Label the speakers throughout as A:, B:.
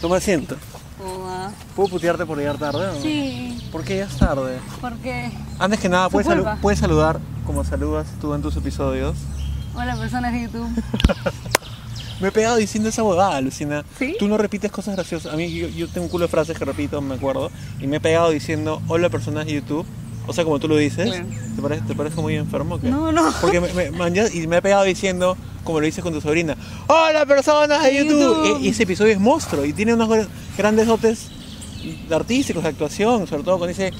A: Toma asiento.
B: Ua.
A: ¿Puedo putearte por llegar tarde? o no?
B: Sí,
A: ¿Por qué llegas tarde?
B: porque
A: Antes que nada,
B: Su
A: ¿puedes, salu-
B: culpa.
A: puedes saludar como saludas tú en tus episodios?
B: hola personas de YouTube.
A: Me he pegado diciendo esa huevada, Lucina.
B: ¿Sí?
A: Tú no repites cosas graciosas. A mí yo, yo tengo un culo de frases que repito, me acuerdo. Y me he pegado diciendo, hola personas de YouTube. O sea, como tú lo dices.
B: Claro.
A: ¿Te parece, te parece muy enfermo? o qué?
B: No, no.
A: Porque me, me- man, ya- y me he pegado diciendo, como lo dices con tu sobrina, hola personas de
B: De
A: YouTube.
B: YouTube.
A: E- Y, ese episodio es monstruo y tiene unos gr- grandes dotes artísticos de actuación, sobre todo cuando dice,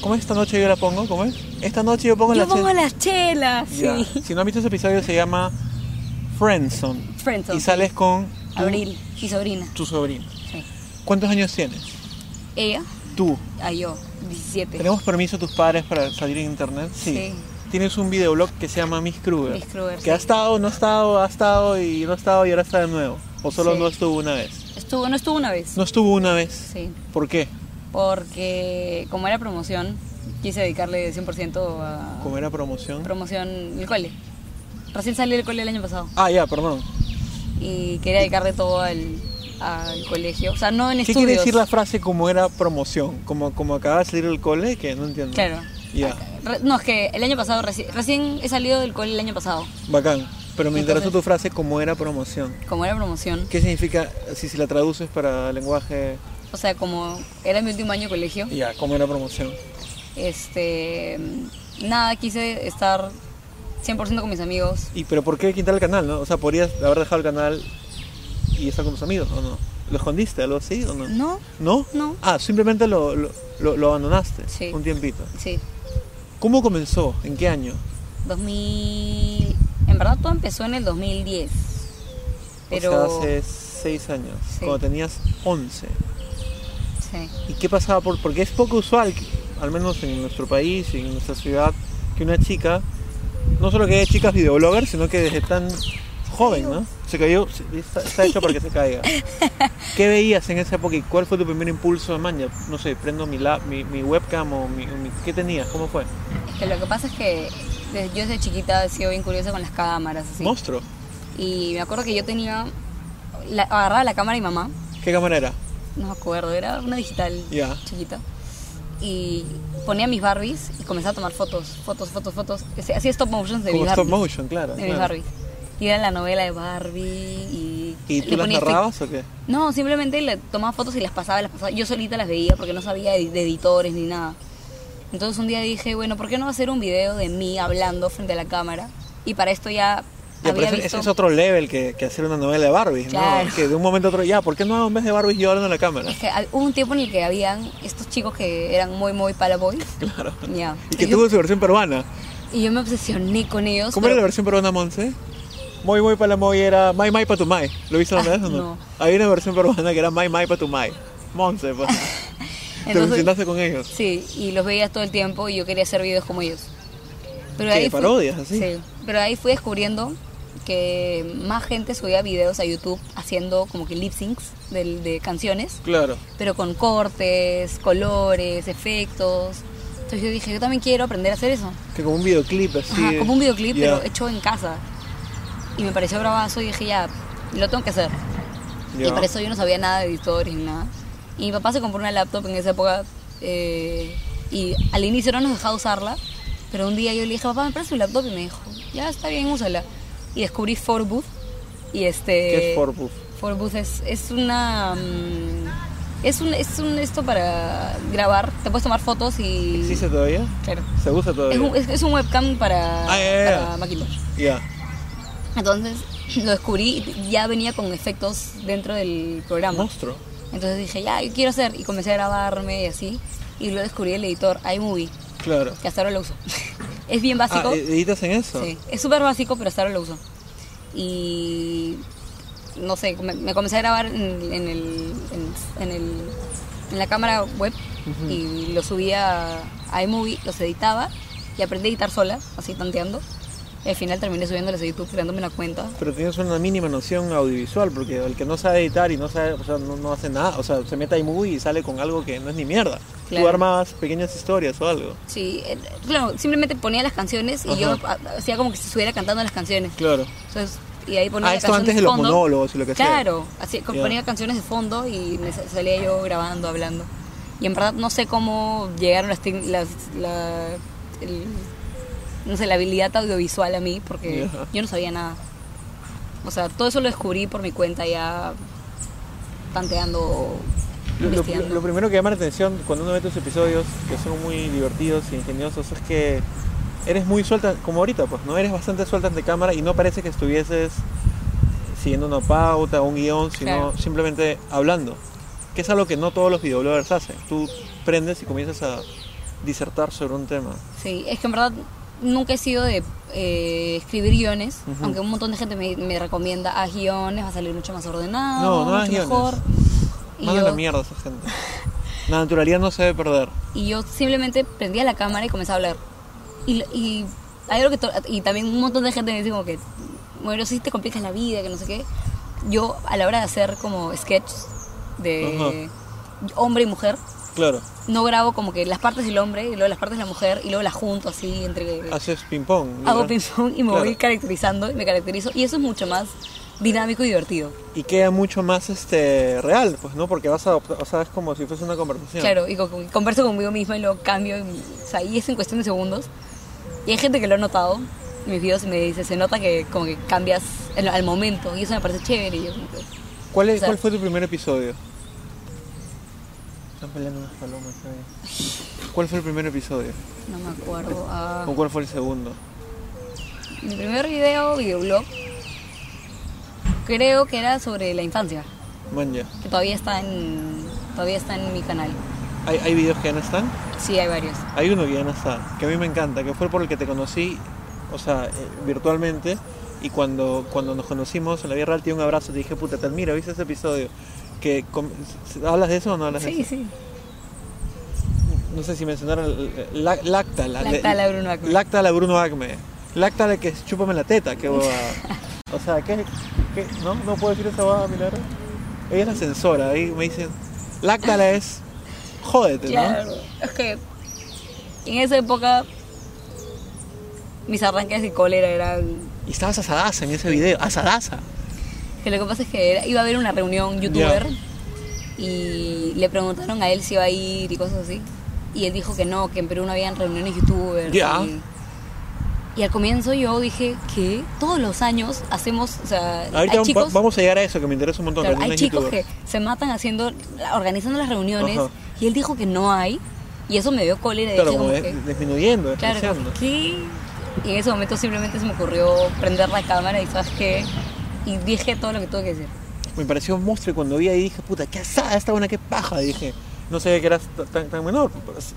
A: ¿cómo es esta noche yo la pongo? ¿Cómo es? Esta noche yo pongo
B: Yo
A: la...
B: pongo
A: chen-".
B: las chelas,
A: Ya.
B: sí.
A: Si no han visto ese episodio se llama Friendzone.
B: Friendzone.
A: Y sales con tu-
B: Abril, mi sobrina.
A: tu sobrina.
B: Sí.
A: ¿Cuántos años tienes?
B: Ella,
A: Tú.
B: a yo, 17.
A: ¿Tenemos permiso de tus padres para salir en internet?
B: Sí.
A: Tienes un videoblog que se llama Miss Kruger.
B: Miss Kruger,
A: Que
B: sí.
A: ha estado, no ha estado, ha estado y no ha estado y ahora está de nuevo. O solo
B: Sí.
A: no estuvo una vez.
B: Estuvo, no estuvo una vez.
A: No estuvo una vez.
B: Sí,
A: ¿Por qué?
B: porque como era promoción, quise dedicarle 100% a
A: Como era promoción.
B: promoción del cole. Recién salí del cole el año pasado
A: Ah, ya, perdón.
B: y quería dedicarle todo al, al colegio. O sea, no en
A: ¿Qué
B: estudios.
A: quiere decir la frase como era promoción? Como, como acaba de salir del cole, que no entiendo.
B: Claro.
A: Ya,
B: Re- No, es que el año pasado, reci- recién he salido del cole el año pasado.
A: bacán. Pero me interesó
B: Entonces-
A: tu frase como era promoción.
B: Como era promoción,
A: ¿Qué significa si, si la traduces para lenguaje?
B: o sea, como era mi último año de colegio,
A: Ya, como era promoción.
B: este, nada, quise estar 100% con mis amigos.
A: ¿Y pero por qué quitar el canal, no? O sea, podrías haber dejado el canal y estar con tus amigos, ¿o no? ¿Lo escondiste, algo así, o no?
B: No,
A: ¿No?
B: No.
A: Ah, simplemente lo, lo, lo- lo abandonaste
B: Sí.
A: un tiempito.
B: sí,
A: ¿Cómo comenzó? ¿En qué año?
B: 2000, en verdad todo empezó en el 2010, pero
A: O sea, hace seis años,
B: Sí.
A: cuando tenías 11.
B: sí,
A: ¿Y qué pasaba por...? Porque es poco usual, que- al menos en nuestro país y en nuestra ciudad, que una chica, no solo que haya chicas videobloggers, sino que desde tan joven, ¿no? Se cayó, se- está, está hecho para que se caiga. ¿Qué veías en esa época y cuál fue tu primer impulso de maña? No sé, prendo mi, lap- mi, mi webcam o mi, o mi- ¿Qué tenías? ¿Cómo fue?
B: es que lo que pasa es que desde- yo desde chiquita he sido bien curiosa con las cámaras, así.
A: ¿Monstruo?
B: Y me acuerdo que yo tenía, la- agarraba la cámara de mi mamá,
A: ¿Qué cámara era?
B: no me acuerdo, era una digital
A: Ya.
B: chiquita. Y ponía mis Barbies y comenzaba a tomar fotos, fotos, fotos, fotos. Ese- Hacía stop motions de
A: Como
B: mis
A: stop
B: Barbies.
A: motion, claro.
B: de mis
A: claro.
B: Barbies. Y era la novela de Barbie y...
A: ¿Y
B: le
A: tú las
B: ponía
A: narrabas o qué?
B: stick- No, simplemente le tomaba fotos y las pasaba, las pasaba. Yo solita las veía porque no sabía de, de editores ni nada. Entonces un día dije, bueno, ¿por qué no hacer un video de mí hablando frente a la cámara? Y para esto ya,
A: Ya, pero
B: había
A: ese,
B: visto...
A: ese es otro level que, que hacer una novela de Barbies,
B: Claro.
A: ¿no? Que de un momento a otro, ya, ¿por qué no en vez de Barbies yo hablo en la cámara?
B: Es que hab- hubo un tiempo en el que habían estos chicos que eran muy, muy para boys.
A: Claro.
B: Ya.
A: Y que
B: Yo-
A: tuvo su versión peruana.
B: Y yo me obsesioné con ellos.
A: ¿Cómo era
B: pero-
A: la versión peruana, Monse? Muy, muy para la muy era Mai Mai pa tu Mai. ¿Lo viste alguna
B: Ah,
A: vez o no?
B: no.
A: Había una versión peruana que era Mai Mai pa tu Mai. Monse, pues. Te
B: Entonces-
A: obsesionaste con ellos.
B: Sí, y los veía todo el tiempo y yo quería hacer videos como ellos. Pero
A: ¿Qué,
B: ahí
A: parodias, así?
B: Sí, pero ahí fui descubriendo que más gente subía videos a YouTube haciendo como que lip syncs de, de canciones,
A: Claro.
B: pero con cortes, colores, efectos. Entonces yo dije, yo también quiero aprender a hacer eso.
A: Que como un videoclip así.
B: Ajá, como un videoclip,
A: Ya,
B: pero hecho en casa. Y me pareció bravazo y dije, ya, lo tengo que hacer.
A: ya.
B: Y para eso yo no sabía nada de editores ni nada. Y mi papá se compró una laptop en esa época eh, y al inicio no nos dejaba usarla, pero un día yo le dije, papá, me presta un laptop y me dijo, ya está bien, úsala. Y descubrí Forbooth y este...
A: ¿Qué es Forbooth?
B: Forbooth es, es una... mm, es, un, es un esto para grabar, te puedes tomar fotos y...
A: ¿Existe todavía?
B: Claro.
A: ¿Se usa
B: Es
A: todavía?
B: un, es- es un webcam para,
A: Ah, ya, ya, ya.
B: para Macintosh.
A: Ya.
B: Entonces lo descubrí y ya venía con efectos dentro del programa.
A: Monstruo.
B: Entonces dije, ya, yo quiero hacer. Y comencé a grabarme y así. Y luego descubrí el editor iMovie,
A: Claro.
B: que hasta ahora lo uso. es bien
A: Ah,
B: básico.
A: ¿ed- ¿editas en eso?
B: sí, es súper básico, pero hasta ahora lo uso. Y no sé, me, me comencé a grabar en, en el, en, en el- en la cámara web y lo subía a iMovie, los editaba y aprendí a editar sola, así tanteando. Y al final terminé subiéndoles a YouTube, creándome una cuenta.
A: Pero tienes una mínima noción audiovisual, porque el que no sabe editar y no sabe, o sea, no, no hace nada, o sea, se mete a iMovie y sale con algo que no es ni mierda. Tú
B: Claro.
A: armabas pequeñas historias o algo.
B: Sí, eh, claro, simplemente ponía las canciones y yo
A: Ajá.
B: ah, hacía como que si estuviera cantando las canciones.
A: Claro.
B: Entonces y ahí ponía
A: Ah, esto
B: canciones
A: antes de
B: de
A: los
B: fondo.
A: monólogos y lo que sea.
B: Claro, así como
A: Ya.
B: ponía canciones de fondo y me sa- salía yo grabando, hablando. Y en verdad no sé cómo llegaron las, tec- las la, el- no sé, la habilidad audiovisual a mí, porque
A: Ya.
B: yo no sabía nada. O sea, todo eso lo descubrí por mi cuenta ya tanteando,
A: Lo, lo-
B: investigando.
A: lo primero que llama la atención cuando uno ve tus episodios, que son muy divertidos e ingeniosos, es que eres muy suelta, como ahorita, pues, ¿no? Eres bastante suelta ante cámara y no parece que estuvieses siguiendo una pauta, un guión, sino
B: Claro.
A: simplemente hablando. Que es algo que no todos los videobloggers hacen. Tú prendes y comienzas a disertar sobre un tema.
B: Sí, es que en verdad nunca he sido de eh, escribir guiones,
A: Ujú.
B: aunque un montón de gente me, me recomienda a guiones, va a salir mucho más ordenado,
A: No, no
B: mucho
A: hagas guiones.
B: mejor. Y
A: Manda la
B: yo,
A: mierda esa gente. La naturalidad no se debe perder.
B: y yo simplemente prendía la cámara y comenzaba a hablar. Y, y hay algo que to- y también un montón de gente me dice como que, bueno, si te complicas la vida, que no sé qué. Yo a la hora de hacer como sketches de hombre y mujer,
A: Claro,
B: no grabo como que las partes del hombre y luego las partes de la mujer y luego las junto así entre
A: haces ping-pong.
B: hago
A: ¿verdad?
B: ping-pong y me
A: Claro.
B: voy caracterizando y me caracterizo. Y eso es mucho más dinámico y divertido.
A: y queda mucho más este real, pues, ¿no? Porque vas a adoptar, o sea, es como si fuese una conversación.
B: Claro, y co- co- converso conmigo misma y lo cambio. y- o sea, y es en cuestión de segundos. Y hay gente que lo ha notado en mis videos y me dice, se nota que como que cambias en- al momento. Y eso me parece chévere. Y yo como que-
A: ¿Cuál, es-
B: O sea-
A: ¿Cuál fue tu primer episodio? Están peleando unas palomas ahí. ¿Cuál fue el primer episodio?
B: no me acuerdo. ah,
A: ¿Con cuál fue el segundo?
B: mi primer video, videoblog, creo que era sobre la infancia.
A: Man, ya.
B: Que todavía está en, todavía está en mi canal.
A: ¿Hay, hay videos que ya no están?
B: Sí, hay varios.
A: Hay uno que ya no está, que a mí me encanta, que fue por el que te conocí, o sea, eh, virtualmente. Y cuando, cuando nos conocimos en la vida real, te di un abrazo, te dije, puta, te admiro, ¿viste ese episodio? Que, com- ¿Hablas de eso o no hablas de
B: Sí,
A: eso?
B: sí.
A: no sé si mencionaron eh, la- Lactala.
B: Lactala Bruno Acme.
A: Lactala Bruno Acme. Lactala que es chúpame la teta, qué boba. o sea, ¿qué, qué? no ¿No puedo decir esa boba, Milagro? Ella es la censora, ahí me dicen, Lactala es jódete,
B: Claro, es que en esa época mis arranques de cólera eran...
A: ¿no? Y estabas asadaza en ese video, asadaza.
B: Que lo que pasa es que era- iba a haber una reunión youtuber
A: Ya.
B: y le preguntaron a él si iba a ir y cosas así. Y él dijo que no, que en Perú no habían reuniones youtubers.
A: Ya.
B: Y, y al comienzo yo dije que todos los años hacemos, o sea,
A: Ahorita
B: hay
A: va-
B: chicos...
A: vamos a llegar a eso, que me interesa un montón.
B: Claro,
A: reuniones
B: hay chicos
A: youtuber.
B: que se matan haciendo, organizando las reuniones
A: Ajá.
B: y él dijo que no hay y eso me dio cólera. y
A: Claro,
B: dije
A: como
B: como
A: de-
B: que-
A: disminuyendo,
B: Claro,
A: despreciando.
B: ¿qué? Y en ese momento simplemente se me ocurrió prender la cámara y sabes qué, y dije todo lo que tuve que decir.
A: Me pareció un monstruo y cuando vi ahí dije, puta, qué asada esta buena, qué paja, dije. No sabía que eras t- tan, tan menor,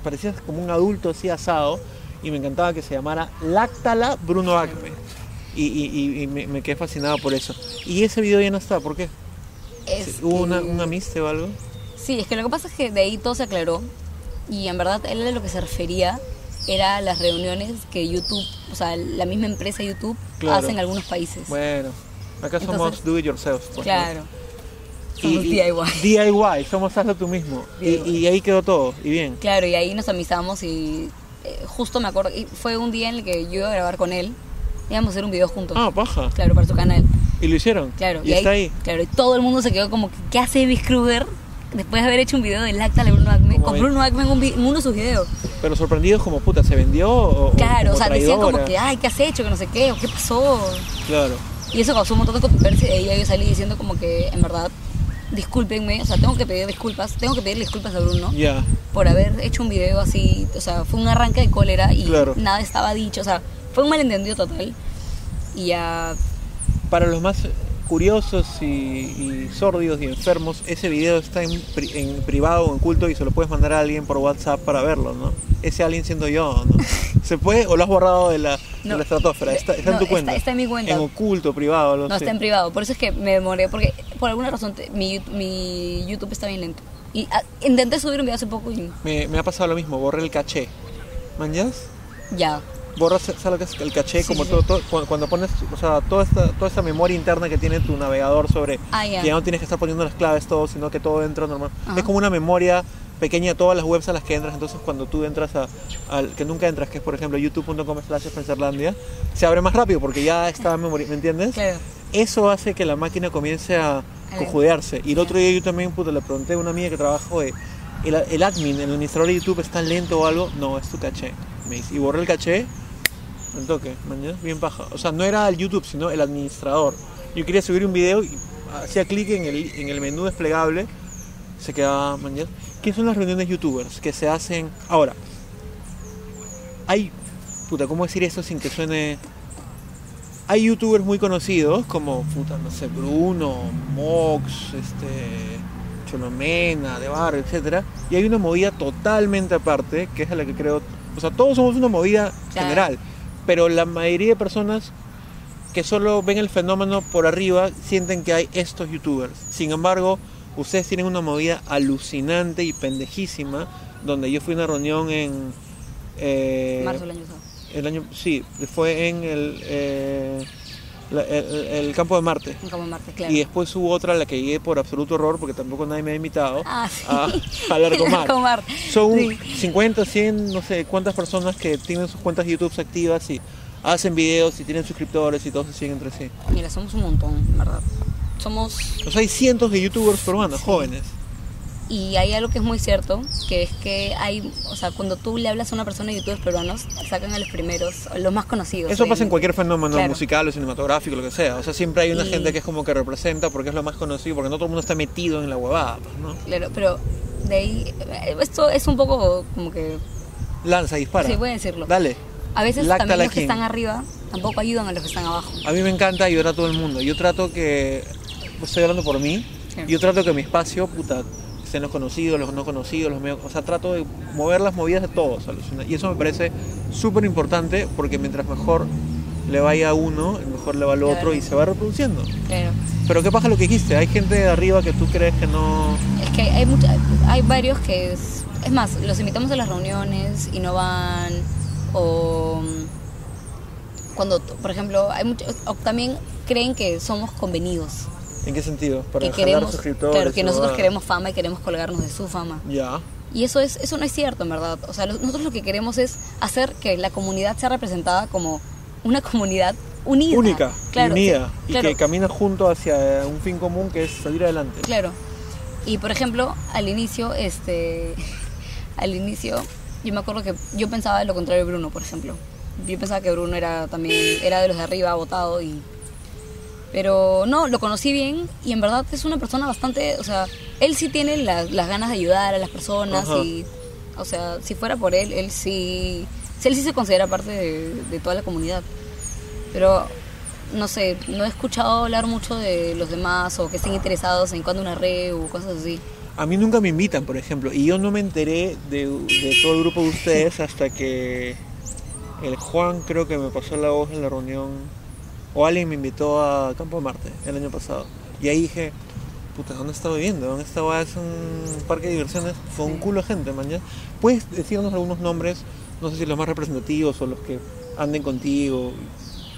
A: parecías como un adulto así asado y me encantaba que se llamara Láctala Bruno Acme. Y, y- y- y me, me quedé fascinado por eso. Y ese video ya no está, ¿por qué?
B: Es
A: ¿Hubo una,
B: que-
A: una miste o algo?
B: Sí, es que lo que pasa es que de ahí todo se aclaró y en verdad él a lo que se refería era a las reuniones que YouTube, o sea, la misma empresa YouTube
A: Claro.
B: hace en algunos países.
A: Bueno, acá somos
B: Entonces-
A: do it yourself. pues, ¿no?
B: claro. Somos DIY.
A: DIY, somos hazlo tú mismo. Y,
B: DIY.
A: y ahí quedó todo, y bien.
B: Claro, y ahí nos amistamos y eh, justo me acuerdo, y fue un día en el que yo iba a grabar con él, íbamos a hacer un video juntos.
A: Ah, paja.
B: Claro, para su canal.
A: Y lo hicieron.
B: Claro,
A: y, está ahí.
B: Claro, y todo el mundo se quedó como, que, ¿qué hace Elvis Krueger después de haber hecho un video del acta de Bruno Acme?
A: Como
B: Con
A: ve-
B: Bruno Acme en, un vi- en uno de sus videos.
A: Pero sorprendidos como puta, ¿se vendió? O, o
B: claro, o
A: como
B: sea, decían como
A: traidora?
B: que, ah, ay, ¿qué has hecho? Que no sé qué, o qué pasó.
A: Claro.
B: Y eso causó un montón de controversia. Y de ahí yo salí diciendo como que, en verdad, discúlpenme, o sea, tengo que pedir disculpas, tengo que pedirle disculpas a Bruno
A: Ya,
B: por haber hecho un video así, o sea, fue un arranque de cólera y
A: Claro.
B: nada estaba dicho, o sea, fue un malentendido total. Y ya
A: para los más curiosos y, y sordios y enfermos, ese video está en, pri- en privado o en culto y se lo puedes mandar a alguien por WhatsApp para verlo, ¿no? Ese alguien siendo yo, ¿no? ¿Se puede o lo has borrado de la, de
B: No.
A: la estratosfera? Está, está
B: No,
A: en tu
B: está-
A: cuenta.
B: está en mi cuenta.
A: En oculto, privado,
B: No,
A: lo sé.
B: está en privado. Por eso es que me demoré, porque por alguna razón te- mi, mi YouTube está bien lento. Y ah, intenté subir un video hace poco y
A: me, me ha pasado lo mismo, borré el caché. ¿Mañas?
B: ya.
A: Borras ¿sabes lo que es el caché,
B: Sí,
A: como
B: sí,
A: todo,
B: sí.
A: todo- cuando, cuando pones, o sea, toda esta, toda esta memoria interna que tiene tu navegador sobre
B: Ah, ya.
A: que ya no tienes que estar poniendo las claves todo, sino que todo entra normal.
B: Ajá.
A: Es como una memoria pequeña de todas las webs a las que entras, entonces cuando tú entras a, al que nunca entras, que es por ejemplo youtube.com slash Spencerlandia, se abre más rápido porque ya está memoria, ¿me entiendes?
B: Claro.
A: eso hace que la máquina comience a cojudearse. Y el otro día yo también puta, le pregunté a una amiga que trabajo de, el, el admin, el administrador de YouTube, ¿está lento o algo? No, es tu caché. Me dice, y borré el caché al toque, mañana, bien paja. O sea, no era el YouTube, sino el administrador. Yo quería subir un video y hacía clic en el, en el menú desplegable, se quedaba mañana. ¿Qué son las reuniones youtubers que se hacen ahora? Hay, puta, ¿cómo decir eso sin que suene hay youtubers muy conocidos como puta, no sé, Bruno, Mox, este, Cholomena, De Barrio, etcétera, y hay una movida totalmente aparte, que es a la que creo, o sea, todos somos una movida
B: Claro.
A: general, pero la mayoría de personas que solo ven el fenómeno por arriba sienten que hay estos youtubers. Sin embargo, ustedes tienen una movida alucinante y pendejísima, donde yo fui a una reunión en eh,
B: marzo del año pasado.
A: el año, sí, fue en el, eh, la- el, el campo de Marte.
B: En Cabo Marte, claro.
A: Y después hubo otra a la que llegué por absoluto horror porque tampoco nadie me ha invitado
B: Ah, sí.
A: a, a Largomar.
B: Largomar.
A: Son
B: Sí.
A: 50, 100, no sé cuántas personas que tienen sus cuentas YouTube activas y hacen videos y tienen suscriptores y todos se siguen entre sí.
B: Mira, somos un montón, en verdad. Somos.
A: O sea, hay cientos de youtubers peruanos, jóvenes.
B: Y hay algo que es muy cierto, que es que hay. O sea, cuando tú le hablas a una persona de youtubers peruanos, sacan a los primeros, a los más conocidos.
A: Eso pasa en
B: obviamente.
A: cualquier fenómeno
B: Claro.
A: musical o cinematográfico, lo que sea. O sea, siempre hay una
B: Y-
A: gente que es como que representa porque es lo más conocido, porque no todo el mundo está metido en la huevada, pues, ¿no?
B: Claro, pero de ahí. eh, Esto es un poco como que.
A: Lanza, dispara.
B: Sí, voy a decirlo.
A: Dale.
B: A veces
A: Lacta
B: también
A: la
B: los que
A: quien.
B: están arriba tampoco ayudan a los que están abajo.
A: A mí me encanta ayudar a todo el mundo. Yo trato que, estoy hablando por mí,
B: Sí.
A: yo trato que mi espacio, puta, sean los conocidos, los no conocidos, los medio, o sea, trato de mover las movidas de todos. alucina. Y eso me parece súper importante porque mientras mejor le vaya a uno, mejor le va al
B: Claro.
A: otro y se va reproduciendo.
B: Claro.
A: Pero qué pasa lo que dijiste, hay gente de arriba que tú crees que no...
B: Es que hay, mucha- hay varios que es, es más, los invitamos a las reuniones y no van. O mm, cuando, t- por ejemplo, hay muchos, o también creen que somos convenidos,
A: ¿En qué sentido?
B: que
A: jalar
B: queremos,
A: suscriptores
B: claro, que
A: y
B: nosotros
A: huevadas.
B: queremos fama y queremos colgarnos de su fama.
A: Ya.
B: Y eso es, eso no es cierto, en verdad. O sea, lo- nosotros lo que queremos es hacer que la comunidad sea representada como una comunidad unida,
A: Única,
B: claro,
A: y unida,
B: sí,
A: y
B: claro.
A: que camina junto hacia un fin común que es salir adelante.
B: Claro. Y por ejemplo, al inicio, este, al inicio, yo me acuerdo que yo pensaba lo contrario de Bruno, por ejemplo. Yo pensaba que Bruno era también, era de los de arriba, votado y. Pero no, lo conocí bien y en verdad es una persona bastante, o sea, él sí tiene la- las ganas de ayudar a las personas
A: Ajá.
B: y, o sea, si fuera por él, él sí, él sí se considera parte de, de toda la comunidad. Pero no sé, no he escuchado hablar mucho de los demás o que estén interesados en cuando una red o cosas así.
A: A mí nunca me invitan, por ejemplo, y yo no me enteré de, de todo el grupo de ustedes hasta que el Juan creo que me pasó la voz en la reunión, o alguien me invitó a Campo de Marte el año pasado. Y ahí dije, puta, ¿dónde estaba viviendo? ¿Dónde estaba? Es un parque de diversiones con un
B: Sí.
A: culo de gente, mañana. ¿Puedes decirnos algunos nombres, no sé si los más representativos o los que anden contigo,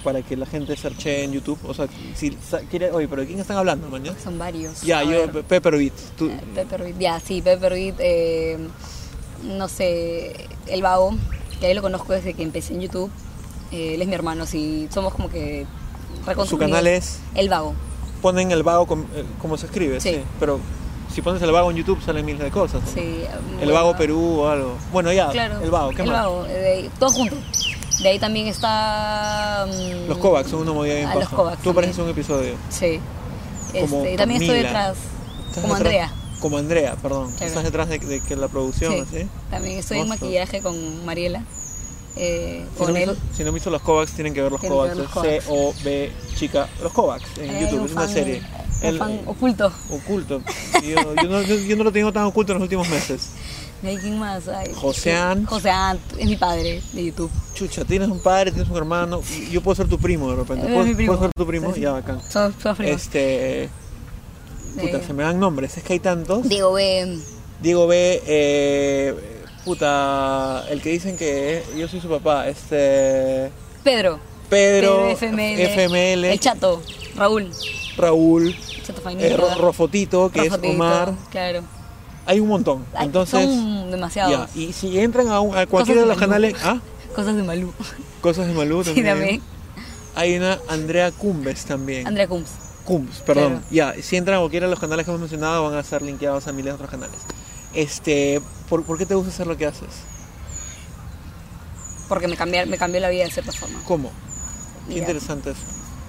A: para que la gente searche en YouTube? O sea, si sa- quiere, oye, pero ¿de quién están hablando, mañana?
B: Son varios.
A: Ya,
B: A
A: yo,
B: ver,
A: Pe- Pepper Beat, tú,
B: eh, Pepper Beat, ya, sí, Pepper Beat, eh, no sé, El Vago, que ahí lo conozco desde que empecé en YouTube. Eh, él es mi hermano, sí, somos como que reconstruidos.
A: Su canal es-
B: El Vago.
A: ponen el vago com- eh, como se escribe, sí.
B: Sí.
A: Pero si pones el vago en YouTube salen miles de cosas. ¿no?
B: Sí,
A: El
B: bueno.
A: vago Perú o algo. Bueno, ya,
B: Claro.
A: el vago, ¿qué
B: el
A: más?
B: Vago, eh, de ahí- todo junto. De ahí también está. mm,
A: Los Kovacs son una movida bien
B: Ah, los
A: paja.
B: Kovacs
A: Tú apareces en
B: también.
A: un episodio.
B: Sí.
A: Como
B: Este, y también estoy
A: Camila.
B: detrás,
A: Estás
B: como
A: detrás-
B: Andrea.
A: Como Andrea, perdón.
B: Claro.
A: Estás detrás de, de que la producción,
B: Sí.
A: ¿sí?
B: También estoy en
A: Monstruo.
B: maquillaje con Mariela. eh,
A: Si no,
B: con
A: me
B: él.
A: hizo- si no me hizo los Kovacs, tienen que ver los
B: Tienen que ver
A: Kovacs.
B: los
A: es C-O-B, chica, los Kovacs en
B: Hay
A: YouTube.
B: un
A: Es una
B: fan-
A: serie.
B: Un
A: El- eh,
B: fan oculto.
A: Oculto. Yo, yo no, yo- yo no lo tengo tan oculto en los últimos meses.
B: ¿De ahí quién más? Ay,
A: Josean.
B: sí, Josean es mi padre de YouTube.
A: Chucha, tienes un padre, tienes un hermano. Yo puedo ser tu primo de repente.
B: Es
A: ¿Puedo,
B: Eh, mi primo.
A: puedo ser tu primo?
B: Sí.
A: Ya, bacán.
B: Son son primos.
A: Este. Puta,
B: Eh,
A: se me dan nombres, es que hay tantos.
B: Diego B.
A: Diego B. Eh, puta, el que dicen que yo soy su papá, este.
B: Pedro.
A: Pedro,
B: FML.
A: FML,
B: El Chato. Raúl.
A: Raúl,
B: Chato
A: eh,
B: Fainita.
A: Ro- Rofotito, que
B: Rafa
A: es Omar.
B: Tito, Claro.
A: Hay un montón.
B: Ay,
A: Entonces,
B: son demasiados.
A: ya, Y si entran a, un- a cualquiera de los
B: Cosas de
A: canales.
B: Malú.
A: Ah,
B: Cosas de Malú.
A: cosas de Malú
B: Sí,
A: también.
B: también.
A: hay una Andrea Cumbes también.
B: Andrea Coombs.
A: Cumbs, perdón.
B: Claro.
A: Ya, si entran a cualquiera de los canales que hemos mencionado, van a estar linkeados a miles de otros canales. Este, ¿por, por qué te gusta hacer lo que haces?
B: Porque me, cambiar- me cambió la vida de cierta forma.
A: ¿Cómo? Qué
B: Mira,
A: interesante eso.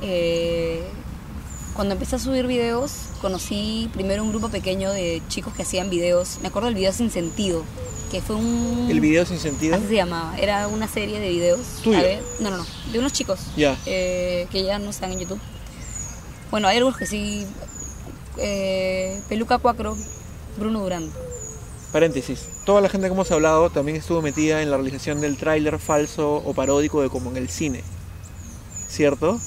B: eh, cuando empecé a subir videos, conocí primero un grupo pequeño de chicos que hacían videos. Me acuerdo del video Sin Sentido, que fue un...
A: ¿El video sin sentido?
B: Así se llamaba. Era una serie de videos.
A: ¿Tuyo?
B: A ver, no, no, no. De unos chicos.
A: Ya.
B: eh, que ya no están en YouTube. Bueno, hay algunos que sí. eh, Peluca Cuacro, Bruno Durán.
A: Paréntesis. Toda la gente que hemos hablado también estuvo metida en la realización del tráiler falso o paródico de como en el cine. ¿Cierto?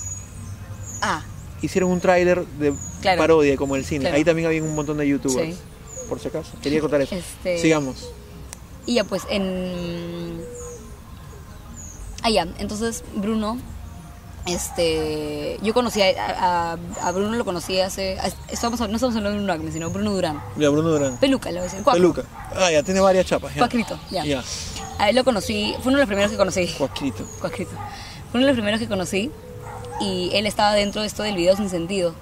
B: Ah,
A: Hicieron un tráiler de
B: Claro.
A: parodia como el cine.
B: Claro.
A: Ahí también había un montón de youtubers.
B: Sí.
A: Por si acaso. Quería contar eso.
B: Este-
A: Sigamos.
B: y ya pues en. Ah, ya. Entonces, Bruno. Este. Yo conocí a, a- a Bruno, lo conocí hace. a- estamos, no estamos hablando de Bruno Acme, sino Bruno Durán.
A: Ya, Bruno Durán.
B: Peluca, lo voy a decir. Cuacro.
A: Peluca. Ah, ya, tiene varias chapas. Ya.
B: Cuacrito, ya.
A: Ya,
B: A él lo conocí, fue uno de los primeros que conocí.
A: Cuacrito.
B: Cuacrito. Fue uno de los primeros que conocí y él estaba dentro de esto del video sin sentido.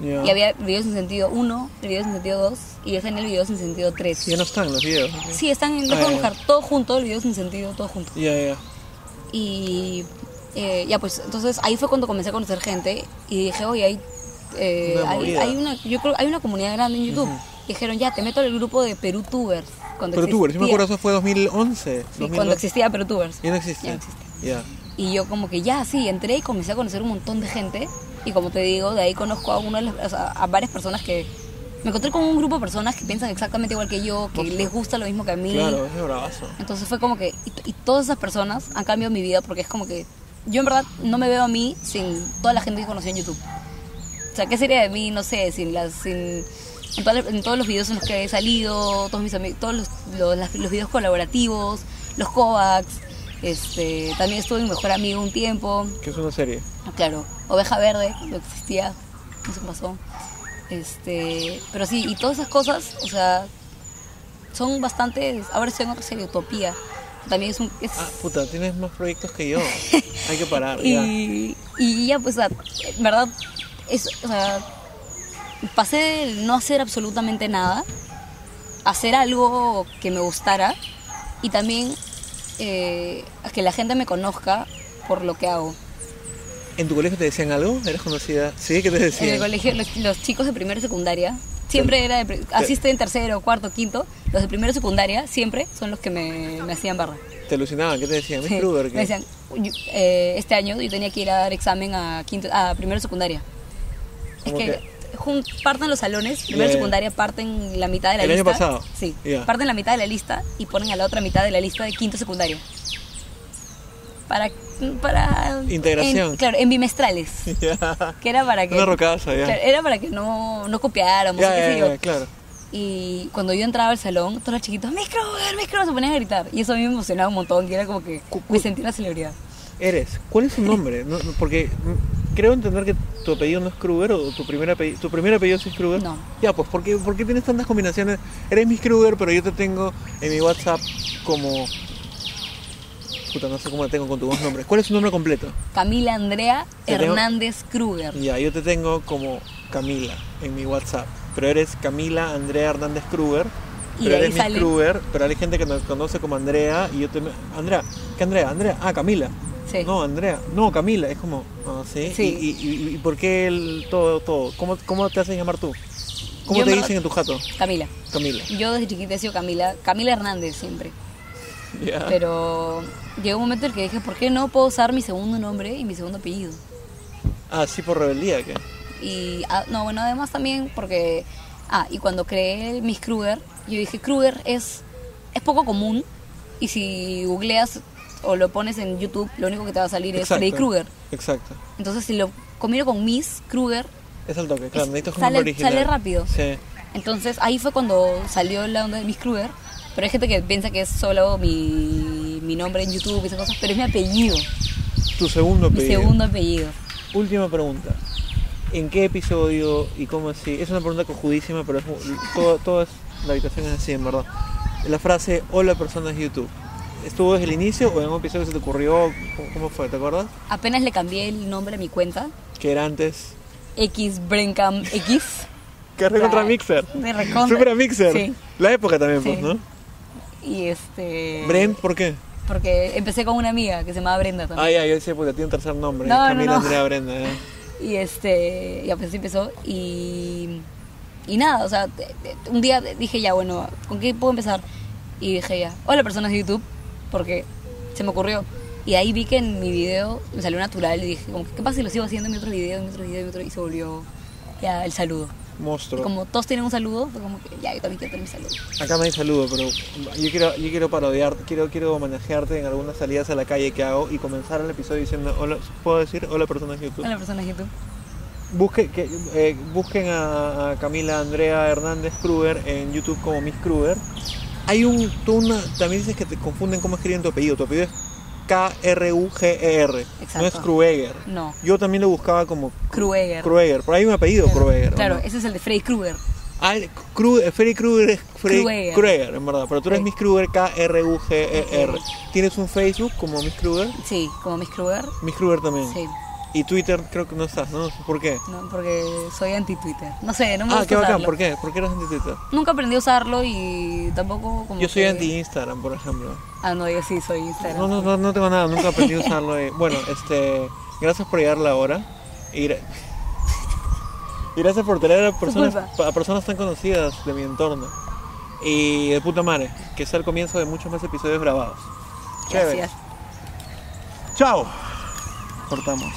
A: Ya.
B: Y había video sin sentido 1, el video sin sentido 2 y yo estaba en el video sin sentido 3.
A: Ya no están los videos.
B: Sí, están en
A: Ah,
B: Dejo de
A: ya.
B: Buscar, todo junto, el video sin sentido, todo junto.
A: Ya, ya.
B: Y eh, ya pues, entonces ahí fue cuando comencé a conocer gente y dije, oye, hay, eh,
A: Una
B: hay,
A: movida.
B: hay una, yo creo, hay una comunidad grande en YouTube.
A: Ujú.
B: Y Dijeron, ya, te meto al grupo de PeruTubers. Cuando
A: Pero tú, yo me
B: existía.
A: acuerdo, eso fue 2011.
B: Sí,
A: 2012.
B: cuando existía PeruTubers.
A: Ya no existe.
B: Ya no existe.
A: Ya.
B: Y yo como que ya, sí, entré y comencé a conocer un montón de gente. Y como te digo, de ahí conozco a, uno de los- o sea, a varias personas que... Me encontré con un grupo de personas que piensan exactamente igual que yo, que
A: Ojo.
B: les gusta lo mismo que a mí.
A: Claro, es bravazo.
B: Entonces fue como que... Y, y todas esas personas han cambiado mi vida porque es como que... Yo en verdad no me veo a mí sin toda la gente que conocí en YouTube. O sea, ¿qué sería de mí? No sé, sin las... Sin, en, todas las- en todos los videos en los que he salido, todos mis amigos, todos los, los, las- los videos colaborativos, los Kovacs, este, también estuve en Mejor Amigo un tiempo,
A: Que es una serie.
B: claro, Oveja Verde, no existía, no sé qué pasó. Este, pero sí, y todas esas cosas, o sea, son bastantes, ahora estoy en otra serie, Utopía, también es un... es-
A: Ah, puta, tienes más proyectos que yo. Hay que parar, ya.
B: y, y ya, pues, o sea, en verdad, es, o sea, pasé de no hacer absolutamente nada, a hacer algo que me gustara y también eh, a que la gente me conozca por lo que hago.
A: ¿En tu colegio te decían algo? ¿Eras conocida? Sí, ¿qué te decían?
B: En el colegio, los, los chicos de primero y secundaria, siempre era de, pri- así esté en tercero, cuarto, quinto, los de primero y secundaria siempre son los que me, me hacían barra.
A: ¿Te alucinaban? ¿Qué te decían? Miss
B: Sí,
A: Kruger, ¿qué?
B: me decían, yo- eh, este año yo tenía que ir a dar examen a, quinto, a primero de secundaria. Es
A: ¿Cómo
B: que jun- parten los salones, primero
A: Ya,
B: de
A: ya.
B: secundaria parten la mitad de la
A: ¿El año
B: lista.
A: pasado?
B: Sí,
A: Ya.
B: parten la mitad de la lista y ponen a la otra mitad de la lista de quinto de secundaria. Para... para
A: Integración.
B: en- claro, en bimestrales.
A: Ya.
B: Que era para que...
A: Una rocaza, ya.
B: Claro, era para que no, no copiáramos.
A: Ya,
B: qué sé
A: ya,
B: yo.
A: ya, claro.
B: Y cuando yo entraba al salón, todos los chiquitos, Miss Kruger, Miss Kruger", se ponían a gritar. Y eso a mí me emocionaba un montón, que era como que me sentí una celebridad.
A: Eres. ¿Cuál es tu nombre? No, no, porque mm, creo entender que tu apellido no es Kruger o tu primer apellido, tu primer apellido sí es Kruger.
B: No.
A: Ya, pues, ¿por qué, por qué tienes tantas combinaciones? Eres Miss Kruger, pero yo te tengo en mi WhatsApp como... Puta, no sé cómo te tengo con tus dos nombres. ¿Cuál es tu nombre completo?
B: Camila Andrea
A: Te tengo-
B: Hernández Kruger.
A: Ya, yo te tengo como Camila en mi WhatsApp, pero eres Camila Andrea Hernández Kruger.
B: Y
A: Pero
B: de ahí
A: eres Miss
B: sale-
A: Kruger, pero hay gente que nos conoce como Andrea y yo te... Andrea, ¿qué Andrea? Andrea, ah, Camila.
B: Sí.
A: No, Andrea, no, Camila, es como... ah, ¿sí?
B: Sí.
A: ¿Y, y, y- y por qué el todo, todo? ¿Cómo, ¿Cómo te haces llamar tú? ¿Cómo
B: Yo
A: te
B: me-
A: dicen en tu jato?
B: Camila.
A: Camila.
B: Yo desde chiquita he sido Camila, Camila Hernández siempre.
A: Ya.
B: Pero llegó un momento en el que dije, ¿por qué no puedo usar mi segundo nombre y mi segundo apellido?
A: Ah, sí, por rebeldía, ¿qué?
B: Y, ah, no, bueno, además también porque, ah, y cuando creé el Miss Kruger, yo dije, Kruger es, es poco común y si googleas o lo pones en YouTube, lo único que te va a salir es Freddy Krueger.
A: Exacto.
B: Entonces, si lo combino con Miss Kruger,
A: Es al toque, claro,
B: Es-
A: necesitas un
B: sale-
A: nombre original.
B: sale rápido.
A: Sí.
B: entonces ahí fue cuando salió la onda de Miss Kruger. Pero hay gente que piensa que es solo mi, mi nombre en YouTube y esas cosas, pero es mi apellido,
A: Tu segundo
B: mi
A: apellido.
B: segundo apellido.
A: Última pregunta. ¿En qué episodio y cómo así? Es una pregunta cojudísima, pero es mu- todo, todo es- la habitación es así, en verdad. La frase, hola personas de YouTube. ¿Estuvo desde el inicio o en un episodio se te ocurrió? ¿Cómo- ¿Cómo fue? ¿Te acuerdas?
B: Apenas le cambié el nombre a mi cuenta,
A: Que era antes.
B: X Brencam X.
A: Que es recontra Mixer.
B: De recontra.
A: Super Mixer.
B: Sí.
A: La época también, pues,
B: Sí.
A: ¿no?
B: Y este.
A: Bren, ¿por qué?
B: Porque empecé con una amiga que se llamaba Brenda también.
A: Ay, ay, yo decía, porque tiene un tercer nombre.
B: No, no,
A: Camila
B: no.
A: Andrea Brenda. ya.
B: Y este, ya pues así empezó y, y nada, o sea, te- te- un día dije ya, bueno, ¿con qué puedo empezar? Y dije ya, hola personas de YouTube, porque se me ocurrió. Y ahí vi que en mi video me salió natural y dije, como, ¿qué pasa si lo sigo haciendo en mi otro video, en mi otro video, en mi otro? Y se volvió ya el saludo. Y
A: Monstruo.
B: como todos tienen un saludo, fue como que ya, yo también quiero tener mi saludo.
A: Acá me hay saludo, pero yo quiero, yo quiero parodiar, quiero, quiero homenajearte en algunas salidas a la calle que hago y comenzar el episodio diciendo, hola, ¿puedo decir? Hola personas de YouTube.
B: Hola personas de YouTube.
A: Busque- que, eh, busquen a, a Camila Andrea Hernández Kruger en YouTube como Miss Kruger. Hay un, tú una- también dices que te confunden cómo escriben tu apellido. Tu apellido es K-R-U-G-E-R, E no es
B: Exacto.
A: Krueger.
B: No,
A: Yo también lo buscaba como
B: Krueger.
A: Krueger, pero hay un apellido Krueger. ¿o
B: Claro,
A: no?
B: ese es el de Freddy Krueger.
A: Ah, el Kru- eh, Freddy Krueger es Freddy
B: Krueger.
A: Krueger, en verdad. Pero tú eres
B: Sí.
A: Miss Krueger, K-R-U-G-E-R.
B: Ujú.
A: E Tienes un Facebook como Miss Krueger.
B: Sí, como Miss Krueger.
A: Miss Krueger también.
B: Sí.
A: Y Twitter creo que no estás, ¿no? ¿Por qué?
B: No, porque soy anti-Twitter. No sé, no me
A: ah,
B: gusta
A: qué bacán.
B: usarlo.
A: ¿Por qué? ¿Por qué eres anti Twitter?
B: Nunca aprendí a usarlo y tampoco como
A: Yo soy
B: que-
A: anti Instagram, por ejemplo.
B: Ah, no, yo sí soy Instagram.
A: No, no, no, no tengo nada, nunca aprendí a usarlo. eh. Bueno, este, gracias por llegar la hora. Y, gra- y gracias por traer a personas,
B: culpa.
A: a personas tan conocidas de mi entorno. Y de puta madre, que es el comienzo de muchos más episodios grabados. Chévere.
B: Gracias.
A: Chao. Cortamos.